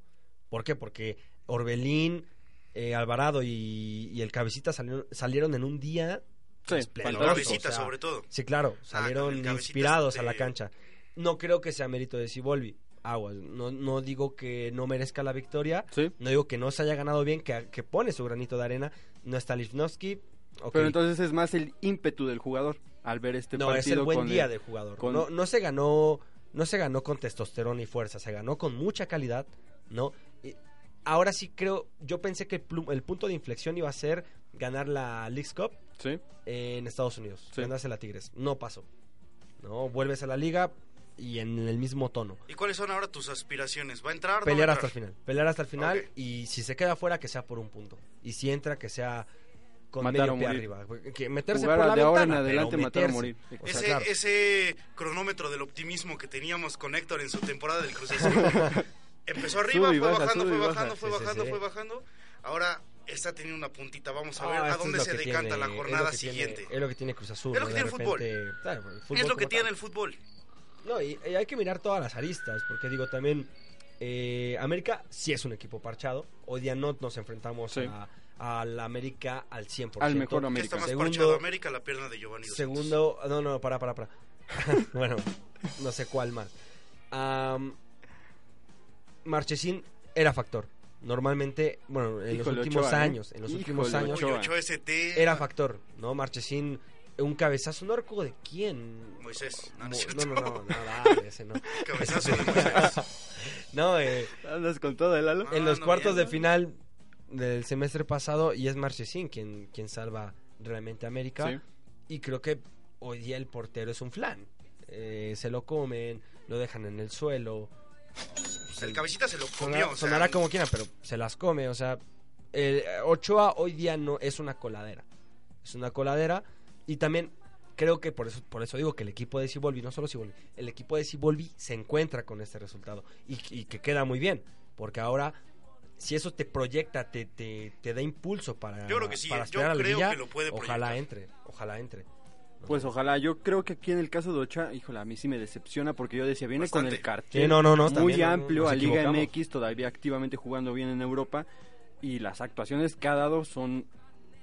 ¿Por qué? Porque Orbelín, eh, Alvarado y, y el Cabecita salieron, salieron en un día. Sí, El esplendoroso, fantástico. cabecita, o sea, sobre todo. Sí, claro, Ah, el salieron Cabecita este inspirados se- a la cancha. No creo que sea mérito de Siboldi. Aguas, no, no digo que no merezca la victoria. Sí. No digo que no se haya ganado bien, que, que pone su granito de arena. No está Lichnowsky. ok. pero entonces es más el ímpetu del jugador al ver este no, partido es el buen con día el- del jugador. con- No, no se ganó, no se ganó con testosterona y fuerza, se ganó con mucha calidad, ¿no? Y ahora sí creo, yo pensé que el, plu- el punto de inflexión iba a ser ganar la Leagues Cup sí en Estados Unidos, Sí. ganarse la Tigres. No pasó. No, vuelves a la liga y en el mismo tono. ¿Y cuáles son ahora tus aspiraciones? ¿Va a entrar? o no va a Pelear hasta el entrar? final, pelear hasta el final Ok. y si se queda fuera que sea por un punto y si entra que sea con Matar medio o pie morir. arriba, que meterse Jugar por la de ahora en ventana, pero adelante matar o meterse. morir. O sea, Ese, claro. ese cronómetro del optimismo que teníamos con Héctor en su temporada del Cruz Azul empezó arriba, Sube y fue baja, bajando, sube y fue baja. bajando, fue Sí, sí, bajando, sí. fue bajando. Ahora está teniendo una puntita. Vamos a Ah, ver a esto es dónde lo se que decanta tiene- la es lo jornada que tiene- siguiente. es lo que tiene Cruz Azul. Es lo que ¿no? De tiene el fútbol. repente, claro, el fútbol es lo que como tiene tal. el fútbol. No, y, y hay que mirar todas las aristas, porque digo también, eh, América sí es un equipo parchado. Hoy día no nos enfrentamos Sí. a- al América al 100%. al mejor ¿Qué está América más Segundo- parchado? América, la pierna de Giovanni. Dos Santos. Segundo, no, no, para, para, para. bueno, no sé cuál más. Am, Marchesín era factor. Normalmente, bueno, en Híjole, los últimos Ochoa, ¿eh? años, en los últimos Híjole, años, Uy, Ochoa. Ochoa ST. era factor, ¿no? Marchesín, un cabezazo, no recuerdo de quién. Moisés, no, Mo- no es no, cierto. no, no, no, dale, ese no. Cabezazo de Moisés. No, eh, andas con todo el Lalo? Ah, en los no, cuartos bien. de final del semestre pasado y es Marchesín quien, quien salva realmente a América. Sí. Y creo que hoy día el portero es un flan. Eh, se lo comen, lo dejan en el suelo. Pues El cabecita se lo Sona- comió. o sea, sonará como quiera, pero se las come. O sea, el Ochoa hoy día no es una coladera. Es una coladera. Y también creo que por eso, por eso digo que el equipo de Sibolvi, no solo Sibolvi, el equipo de Sibolvi se encuentra con este resultado. Y, y que queda muy bien. Porque ahora, si eso te proyecta, te, te, te da impulso para, Yo creo que sí, para yo aspirar a la creo liguilla, que lo puede ojalá proyectar. entre, ojalá entre. Pues ojalá, yo creo que aquí en el caso de Ocha, híjole, a mí sí me decepciona porque yo decía, viene con el Bastante. cartel Sí, no, no, no, muy también, no, no, amplio nos a Liga equivocamos. MX, todavía activamente jugando bien en Europa y las actuaciones que ha dado son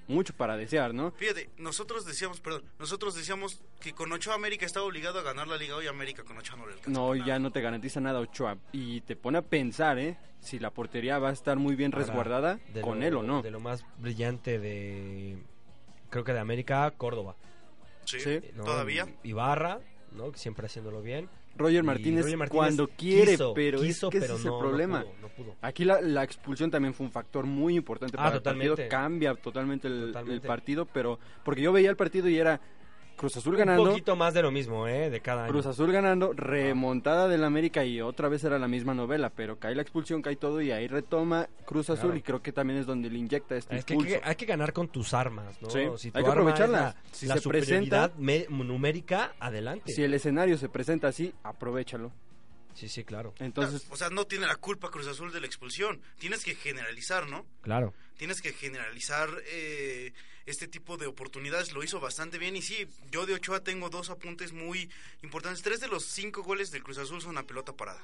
mucho para desear, ¿no? Fíjate, nosotros decíamos, perdón, nosotros decíamos que con Ochoa América estaba obligado a ganar la liga hoy América con Ochoa no le alcanza. No, ya no te garantiza nada Ochoa y te pone a pensar, ¿eh? Si la portería va a estar muy bien Ahora, resguardada de con lo- él o no. De lo más brillante de. Creo que de América, Córdoba. Sí, sí. ¿no? todavía. Ibarra, ¿no? Que Siempre haciéndolo bien. Roger Y Martínez, Roger Martínez cuando quiere, quiso, pero quiso, es que ese pero es no, el problema. No pudo. no pudo. Aquí la, la expulsión también fue un factor muy importante Ah, para el totalmente. partido. Cambia totalmente el, el Totalmente. partido, pero porque yo veía el partido y era Cruz Azul Un ganando, poquito Ah. más de lo mismo, ¿eh? De cada año. Cruz Azul ganando, remontada del América y otra vez era la misma novela, pero cae la expulsión, cae todo y ahí retoma Cruz Azul Claro. y creo que también es donde le inyecta este Es que hay, impulso. que hay que ganar con tus armas, ¿no? Sí, Si tu hay que arma es aprovecharlas. La, Si la se superioridad me- numérica, adelante. Si el escenario se presenta así, aprovechalo. Sí, sí, claro. Entonces, o sea, no tiene la culpa Cruz Azul de la expulsión. Tienes que generalizar, ¿no? Claro. Tienes que generalizar eh, este tipo de oportunidades. Lo hizo bastante bien. Y sí, yo de Ochoa tengo dos apuntes muy importantes. Tres de los cinco goles del Cruz Azul son a pelota parada.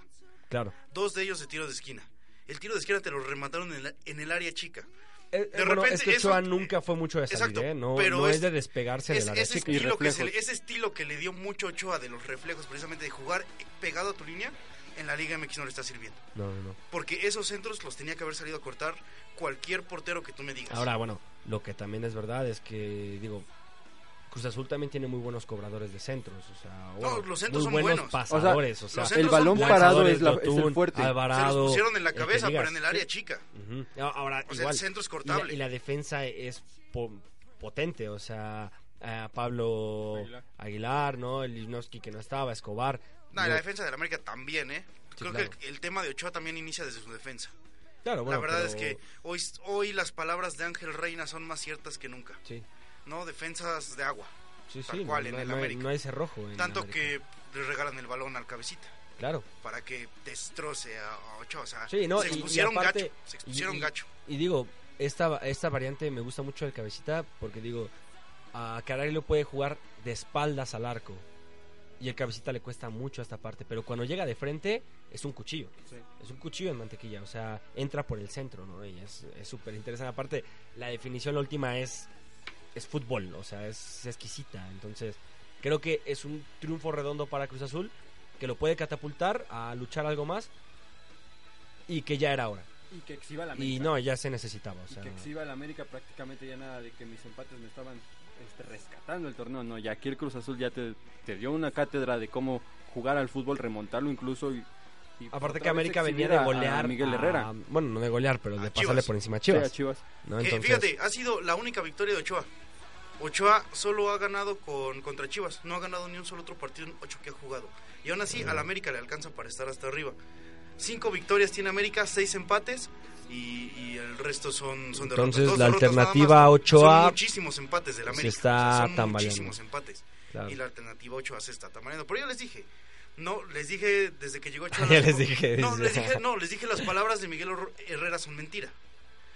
Claro. Dos de ellos de tiro de esquina. El tiro de esquina te lo remataron en, la- en el área chica. Eh, eh, bueno, repente es que eso- Ochoa nunca fue mucho de salir, Exacto, ¿eh? No, pero no es, es- de despegarse Es- de la área ese, chica. Y estilo que se reflejos. le- ese estilo que le dio mucho Ochoa de los reflejos, precisamente de jugar pegado a tu línea, en la Liga MX no le está sirviendo. No, no, no. Porque esos centros los tenía que haber salido a cortar cualquier portero que tú me digas. Ahora, bueno, lo que también es verdad es que, digo, Cruz Azul también tiene muy buenos cobradores de centros. O sea, bueno, los centros muy son buenos, buenos. pasadores. O sea, los el centros balón son parado lanzadores, es, la- es el Lotún, fuerte. se los Alvarado, pusieron en la el que cabeza, digas. pero en el área chica. Ujú. A- Ahora, O sea, igual. el centro es y, la, cortable. y la defensa es po- potente. O sea, a Pablo Aguilar. Aguilar, ¿no? El Lichnowsky que no estaba, Escobar. No, y Digo, la defensa del América también, ¿eh? Sí, Creo claro. que el, el tema de Ochoa también inicia desde su defensa. claro, bueno, la verdad pero- es que hoy, hoy las palabras de Ángel Reina son más ciertas que nunca. Sí, No, defensas de agua. sí, Tal sí, cual, no, en no- el no hay- América. no hay cerrojo. en Tanto América. que le regalan el balón al cabecita Claro. para que destroce a, a Ochoa. O sea, Sí, no, se y- y expusieron aparte- gacho. Se expusieron y- y- gacho. Y digo, esta, esta variante me gusta mucho del cabecita porque digo, a Caraglio puede jugar de espaldas al arco. Y el cabecita le cuesta mucho a esta parte. Pero cuando llega de frente, es un cuchillo. Sí. Es un cuchillo en mantequilla. O sea, entra por el centro, ¿no? Y es es súper interesante. Aparte, la definición, la última, es, es fútbol. O sea, es exquisita. Entonces, creo que es un triunfo redondo para Cruz Azul que lo puede catapultar a luchar algo más y que ya era hora. Y que exhiba la Y América. no, ya se necesitaba. O Y sea, que exhiba la América prácticamente ya nada de que mis empates me estaban este, rescatando el torneo. No, ya aquí el Cruz Azul ya te, te dio una cátedra de cómo jugar al fútbol, remontarlo incluso. Y, y aparte que otra vez América venía exhibir de a- a golear. Miguel a- Herrera. bueno, no de golear, pero de A pasarle Chivas. por encima a Sí, Chivas. a Chivas. ¿no? Que, Entonces, Eh, fíjate, ha sido la única victoria de Ochoa. Ochoa solo ha ganado con contra Chivas, no ha ganado ni un solo otro partido en ocho que ha jugado. Y aún así, Mm. al América le alcanza para estar hasta arriba. Cinco victorias tiene América, seis empates y, y el resto son, son derrotas. Entonces, Dos la derrotas nada alternativa más. Ochoa Son muchísimos empates del se América. está son tambaleando. muchísimos empates. claro. Y la alternativa Ochoa se está tambaleando. Pero yo les dije, no, les dije desde que llegó Ochoa. Ya les dije, No, dice. les dije, no, les dije las palabras de Miguel Herr- Herrera son mentira.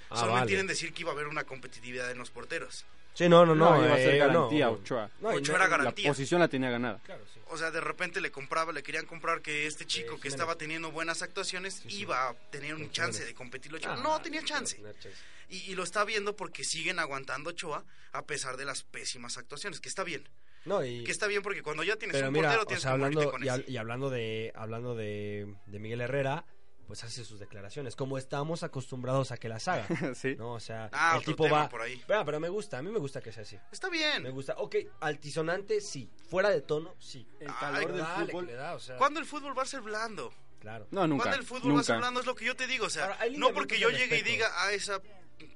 Ah, Solo vale. entienden decir que iba a haber una competitividad en los porteros. Sí, no, no, no. iba a ser eh, garantía no. Ochoa. No, y Ochoa no- era La garantía. posición la tenía ganada. Claro, sí. O sea, de repente le compraba, le querían comprar que este chico Eh, que Jiménez. estaba teniendo buenas actuaciones Sí, sí. iba a tener un Con chance Jiménez. de competirlo. Ah, no tenía chance. no tenía chance. Y, y lo está viendo porque siguen aguantando Ochoa a pesar de las pésimas actuaciones. Que está bien. No, y... Que está bien porque cuando ya tienes Pero un mira, portero o tienes sea, que morirte hablando, con y, él. hab- y hablando, de, hablando de, de Miguel Herrera, pues hace sus declaraciones, como estamos acostumbrados a que las haga. sí. ¿no? O sea, Ah, el otro tipo tema va... por ahí. Ah, pero me gusta, a mí me gusta que sea así. Está Me bien. gusta, ok, altisonante, sí. Fuera de tono, sí. El Ay, calor del Dale, fútbol. le da, o sea, ¿Cuándo el fútbol va a ser blando? Claro. No, nunca. ¿Cuándo el fútbol va a nunca. ser blando? Es lo que yo te digo. O sea, Ahora, hay no porque yo lineamientos llegue al y diga a esa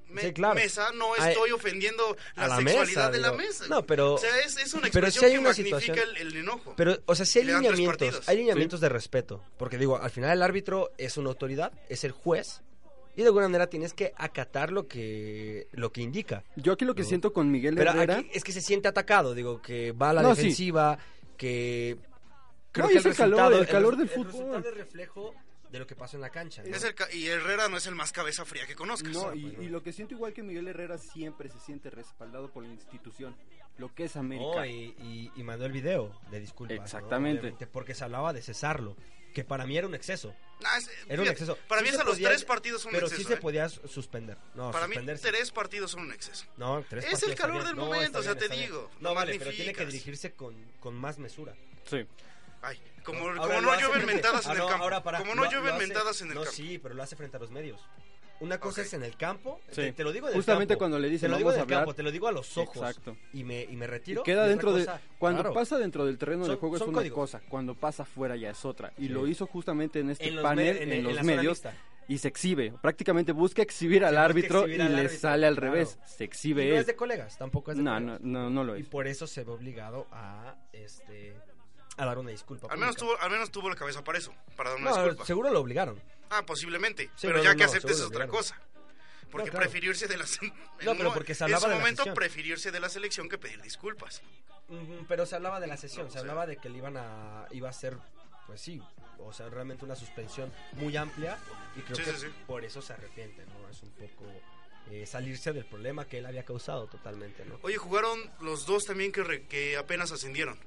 me- Sí, claro. mesa, no Ay, estoy ofendiendo la, a la mesa, sexualidad de la digo. mesa. No, pero- O sea, es, es una pero expresión sí hay que una magnifica situación- el, el enojo. Pero, o sea, sí hay Le dan tres lineamientos, partidos. hay lineamientos de respeto. Porque digo, al final el árbitro es una autoridad, es el juez. Y de alguna manera tienes que acatar lo que, lo que indica. Yo aquí lo que No. siento con Miguel Pero Herrera. aquí es que se siente atacado, digo, que va a la No, sí. defensiva, que... No, y es el calor, el calor del fútbol. resultado es reflejo de lo que pasó en la cancha. ¿no? Es el ca- y Herrera no es el más cabeza fría que conozcas. No, Ah, y, pues no. y lo que siento igual que Miguel Herrera siempre se siente respaldado por la institución, lo que es América. Oh, y, y- y mandó el video de disculpas. ¿no? Exactamente. Obviamente, Porque se hablaba de cesarlo, que para mí era un exceso. Nah, es- Era un fíjate, exceso. Para Sí mí se hasta los podía- tres partidos son un Pero exceso. sí se ¿eh? podía su- suspender. No, Para mí suspenderse. tres partidos son un exceso. No, tres Es partidos el calor está del bien. No, momento, está o sea, bien, te está bien. digo, No, lo vale, pero tiene que magnificas. dirigirse con, con más mesura. Sí. Ay, como, Ahora como lo no hace llueven frente- mentadas en Ah, el no, campo. ahora para, como no lo- lo llueven hace- mentadas en el no, campo. sí, pero lo hace frente a los medios. Una cosa Ok. es en el campo, Sí. te, te lo digo del Justamente campo, cuando le dicen, te lo digo "Vamos a del hablar". campo, te lo digo a los ojos Exacto. y me y me Y retiro. queda y otra dentro de cosa, cuando claro, pasa dentro del terreno de Son- juego es son una códigos. cosa, cuando pasa fuera ya es otra y Sí. lo hizo justamente en este en los panel medios- en, en- en los la zona medios mixta. y se exhibe, prácticamente busca exhibir al busca árbitro exhibir y al le árbitro, sale al claro. revés, se Y exhibe no él. es de colegas, tampoco es de No, no, pues. colegas. no, no lo Y es. por eso se ve obligado a este a dar una disculpa. Al menos, pública. tuvo, al menos tuvo la cabeza para eso, para dar una No, disculpa. seguro lo obligaron. Ah, posiblemente. Sí, pero no, ya no, que no, aceptes es seguro, otra claro. cosa. Porque claro. preferirse de la se- No, en pero un- porque se en hablaba su de la momento afición. preferirse de la selección que pedir disculpas. Mm, Pero se hablaba de la sesión, No, o se sea- hablaba de que le iban a iba a ser pues sí, o sea, realmente una suspensión muy amplia y creo Sí, que sí, sí. por eso se arrepiente, ¿no? Es un poco eh, salirse del problema que él había causado totalmente, ¿no? Oye, jugaron los dos también que, re- que apenas ascendieron.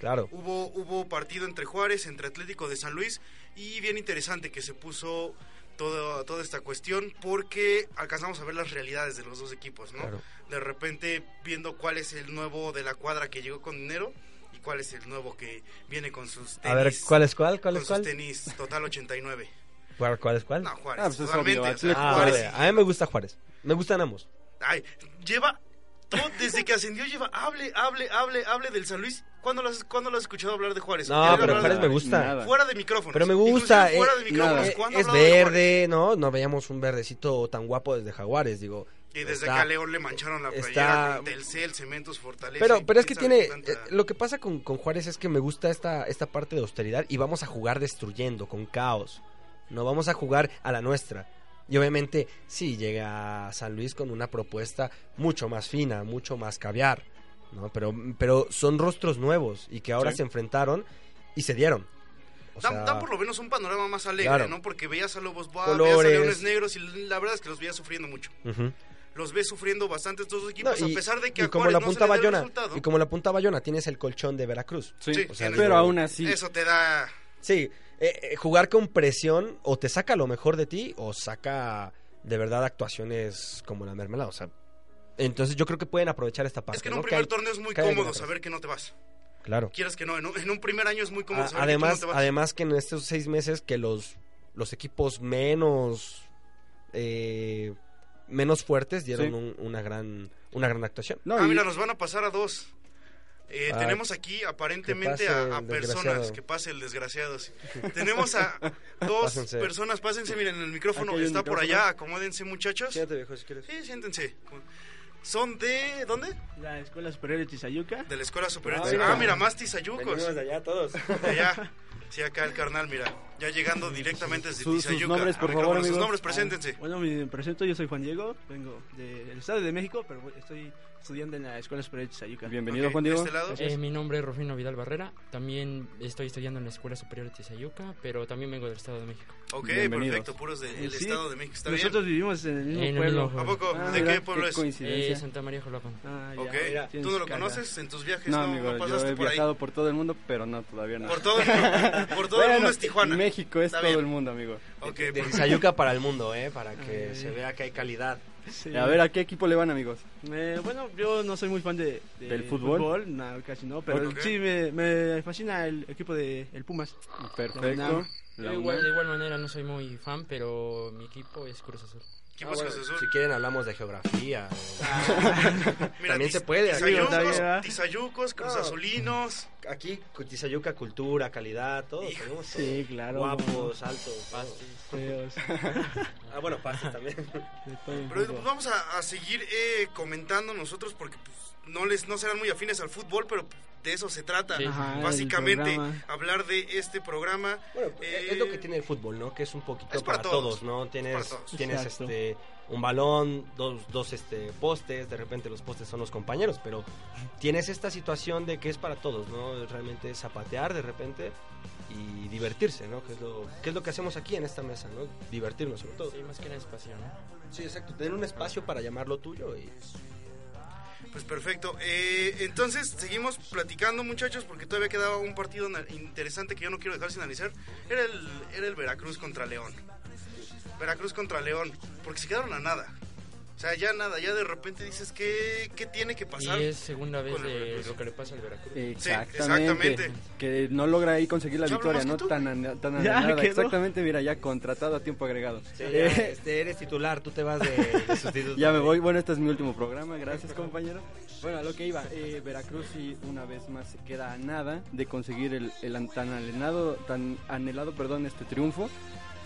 Claro. Hubo, hubo partido entre Juárez, entre Atlético de San Luis y bien interesante que se puso toda, toda esta cuestión porque alcanzamos a ver las realidades de los dos equipos, ¿no? Claro. De repente viendo cuál es el nuevo de la cuadra que llegó con dinero y cuál es el nuevo que viene con sus tenis. A ver, ¿cuál es cuál? ¿Cuál con es cuál? sus tenis Total 89. ¿Cuál, cuál es cuál? No, Juárez. Ah, pues es totalmente, obvio, o sea, Atlético Ah, Juárez vale. A mí me gusta Juárez. Me gustan ambos. Ay, lleva todo, desde que ascendió lleva hable, hable, hable, hable del San Luis. ¿Cuándo lo has, cuándo lo has escuchado hablar de Juárez? No, ¿Quiere pero hablar Juárez de- me gusta. Nada. Fuera de micrófonos. Pero me gusta. Inclusive fuera eh, de micrófonos. eh, ¿Cuándo ha es hablado de Juárez? verde, ¿no? No veíamos un verdecito tan guapo desde Jaguares, digo. Y desde Está- acá a León le mancharon la playera está- con Telcel, Cementos, Fortaleza. Pero, y pero es que quién sabe tiene. qué tanta- eh, Lo que pasa con, con Juárez es que me gusta esta, esta parte de austeridad y vamos a jugar destruyendo, con caos. No vamos a jugar a la nuestra. Y obviamente, sí, llega San Luis con una propuesta mucho más fina, mucho más caviar. ¿no? Pero, pero son rostros nuevos y que ahora Sí. se enfrentaron y se dieron. O Dan, sea, dan por lo menos un panorama más alegre, Claro. ¿no? Porque veías a Lobos Buap, Colores. veías a Leones Negros y la verdad es que los veías sufriendo mucho. ujú. Los ves sufriendo bastante estos dos No, equipos, y, a pesar de que y a como Juárez la no se punta le da el Bayona, resultado, y como la punta Bayona tienes el colchón de Veracruz. Sí, Sí, o sea, en pero digo, aún así. eso te da... Sí, eh, eh, jugar con presión o te saca lo mejor de ti o saca de verdad actuaciones como la mermelada. O sea, entonces yo creo que pueden aprovechar esta parte. es que en un ¿no? primer hay- torneo es muy que hay cómodo detrás. saber que no te vas. Claro. Quieras que no, en un, en un primer año es muy cómodo A- saber además, que tú no te vas. además que en estos seis meses que los, los equipos menos eh, menos fuertes dieron Sí. un- una gran una gran actuación. No, ah, y- mira, nos van a pasar a dos. Eh, Ah, tenemos aquí aparentemente que pase a, a el personas, desgraciado. que pase el desgraciado. sí. tenemos a dos Pásense. personas, pásense, miren, el micrófono Aquí hay un está por micrófono. allá, acomódense muchachos. viejo, si quieres. Sí, siéntense. Son de... ¿Dónde? La Escuela Superior de Tizayuca. De la Escuela Superior. Ah, Ah, mira. mira, más tizayucos. Venimos de allá todos. De allá. Sí, acá el carnal, mira. Ya llegando directamente desde Sus- sus Tizayuca. nombres, por Ah, favor, Sus amigos. Ah, nombres, preséntense. Bueno, me presento, yo soy Juan Diego, vengo del Estado de México, pero voy- estoy estudiando en la Escuela Superior de Tizayuca. Bienvenido, Ok, Juan de Diego. este lado. Así es. Eh, mi nombre es Rufino Vidal Barrera, también estoy estudiando en la Escuela Superior de Tizayuca, pero también vengo del Estado de México. Ok, Bienvenidos. perfecto. Puros del Sí, Estado de México. ¿Está bien? Nosotros vivimos en el mismo En el pueblo. mismo ¿A poco? Ah, ¿De mira, qué pueblo es? Eh, coincidencia. Santa María Jolapan. Ah, ya. Ok, mira, ¿tú no lo Tienes cara. conoces? ¿En tus viajes No, no, amigo, no yo pasaste he por ahí? viajado por todo el mundo, pero no, todavía no. Por todo, el- por todo el Bueno, mundo es Tijuana. México es Está todo bien. el mundo, amigo. Ok, pues, De por- Tizayuca para el mundo, ¿eh? Para que Ay. se vea que hay calidad. Sí. A ver, ¿a qué equipo le van, amigos? Eh, bueno, yo no soy muy fan de, de ¿Del fútbol? no, casi no, pero Ok. sí me, me fascina el equipo de el Pumas. Perfecto. Yo La igual, UNAM. de igual manera no soy muy fan, pero mi equipo es Cruz Azul. ¿qué pasa, Cruz Azul? Ah, Si quieren hablamos de geografía. Ah, Mira, también tiz- se puede, aquí. Tizayucos, También, ¿verdad? tizayucos, Cruz No. Azulinos. Aquí, Tizayuca, cultura, calidad, todo. Hijo, tenemos todo. Sí, claro. Guapos, altos. todo. Pastis. Feos, Ah, bueno, pases también. Eh, de todo un Pero poco. pues, vamos a, a seguir eh, comentando nosotros porque pues, no les no serán muy afines al fútbol, pero pues, de eso se trata. Sí. Ajá, el Básicamente, programa. hablar de este programa. Bueno, Eh, es lo que tiene el fútbol, ¿no? Que es un poquito es para todos. todos. ¿no? Tienes, para todos. tienes Exacto. este un balón, dos, dos este postes, de repente los postes son los compañeros, pero tienes esta situación de que es para todos, ¿no? Realmente es zapatear de repente y divertirse, ¿no? Que es lo que es lo que hacemos aquí en esta mesa, ¿no? Divertirnos sobre todo. Sí, más que nada es pasión, ¿no? Sí, exacto, tener un espacio para llamarlo tuyo y Pues perfecto. Eh, entonces, seguimos platicando, muchachos, porque todavía quedaba un partido na- interesante que yo no quiero dejar sin analizar. Era el, era el Veracruz contra León. Veracruz contra León, porque se quedaron a nada. O sea, ya nada, ya de repente dices, ¿qué, qué tiene que pasar? Y es segunda vez con el de Veracruz. lo que le pasa al Veracruz. Exactamente. exactamente. Que no logra ahí conseguir la Yo hablo más victoria, que ¿no? tú, Tan, ane- tan Ya, anhelada. quedó. Exactamente, mira, ya contratado a tiempo agregado. Sí, ya, Eh, este, eres titular, tú te vas de, de sustituto. Ya me voy. Bueno, este es mi último programa. Gracias, compañero. Bueno, a lo que iba. eh, Veracruz sí, una vez más se queda a nada de conseguir el, el an- tan anhelado, tan anhelado, perdón, este triunfo.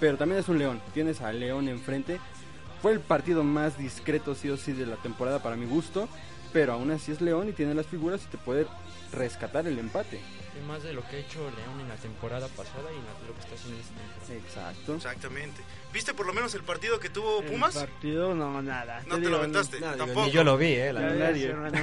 Pero también es un León. Tienes a León enfrente. Fue el partido más discreto, sí o sí, de la temporada para mi gusto. Pero aún así es León y tiene las figuras y te puede rescatar el empate. Es más de lo que ha hecho León en la temporada pasada y en la- lo que está haciendo esta temporada. Exacto. Exactamente. ¿Viste por lo menos el partido que tuvo El Pumas? partido, no, nada. No te digo, lo aventaste. No, digo, Este, Tampoco. ni yo lo vi, eh, la Ya, verdad. ya, Nadie. hermano.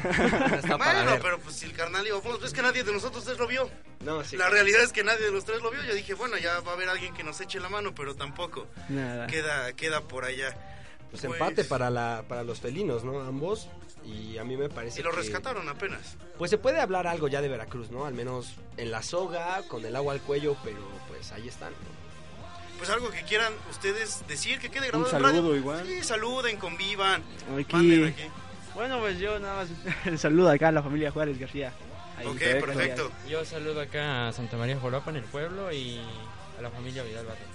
Está para Bueno, ver. pero pues si el carnal iba a Pumas, pues, es que nadie de nosotros tres lo vio. No, sí. La realidad es que nadie de los tres lo vio. Yo dije, bueno, ya va a haber alguien que nos eche la mano, pero tampoco. Nada. Queda, queda por allá. Ah. Pues empate para la para los felinos, ¿no? Ambos. Y a mí me parece Y lo que- rescataron apenas. Pues se puede hablar algo ya de Veracruz, ¿no? Al menos en la soga, con el agua al cuello, pero pues ahí están. ¿no? Pues algo que quieran ustedes decir, que quede grabado Un en radio. saludo igual. Sí, saluden, convivan. Aquí. Manden aquí. Bueno, pues yo nada más saludo acá a la familia Juárez García. Ahí. ok, Perfecto. perfecto. Yo saludo acá a Santa María Jolapa en el pueblo y a la familia Vidal Barrio.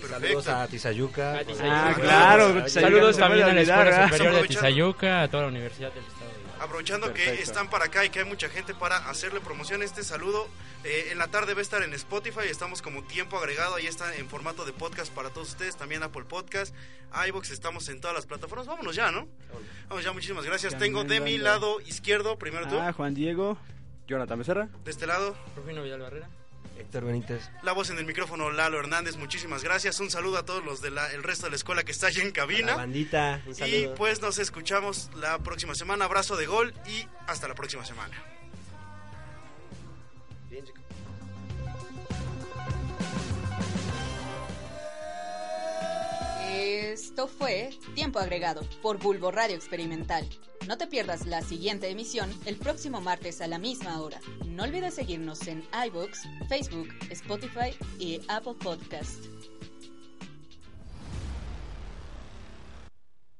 Perfecto. Saludos a Tizayuca. A Tizayuca. Ah, Saludos. claro. Saludos Tizayuca no Saludos se puede también a la olvidar, Escuela ¿ah? Superior de Aprovechando. Tizayuca, a toda la Universidad del Estado. de Hidalgo. Aprovechando que Perfecto. están para acá y que hay mucha gente para hacerle promoción, este saludo eh, en la tarde va a estar en Spotify. Estamos como tiempo agregado. Ahí está en formato de podcast para todos ustedes. También Apple Podcast, iBox. Estamos en todas las plataformas. Vámonos ya, ¿no? Vamos ya, muchísimas gracias. Tengo de mi Caminando. lado izquierdo, primero tú, Ah, Juan Diego. Jonathan Becerra. de este lado, Rufino Vidal Barrera. Héctor Benítez. la voz en el micrófono, Lalo Hernández. Muchísimas gracias. Un saludo a todos los del resto de la escuela que está allí en A la cabina. bandita. Un Y saludo. pues nos escuchamos la próxima semana. Abrazo de gol y hasta la próxima semana. Bien, chicos. Esto fue Tiempo Agregado por Bulbo Radio Experimental. No te pierdas la siguiente emisión el próximo martes a la misma hora. No olvides seguirnos en iBooks, Facebook, Spotify y Apple Podcast.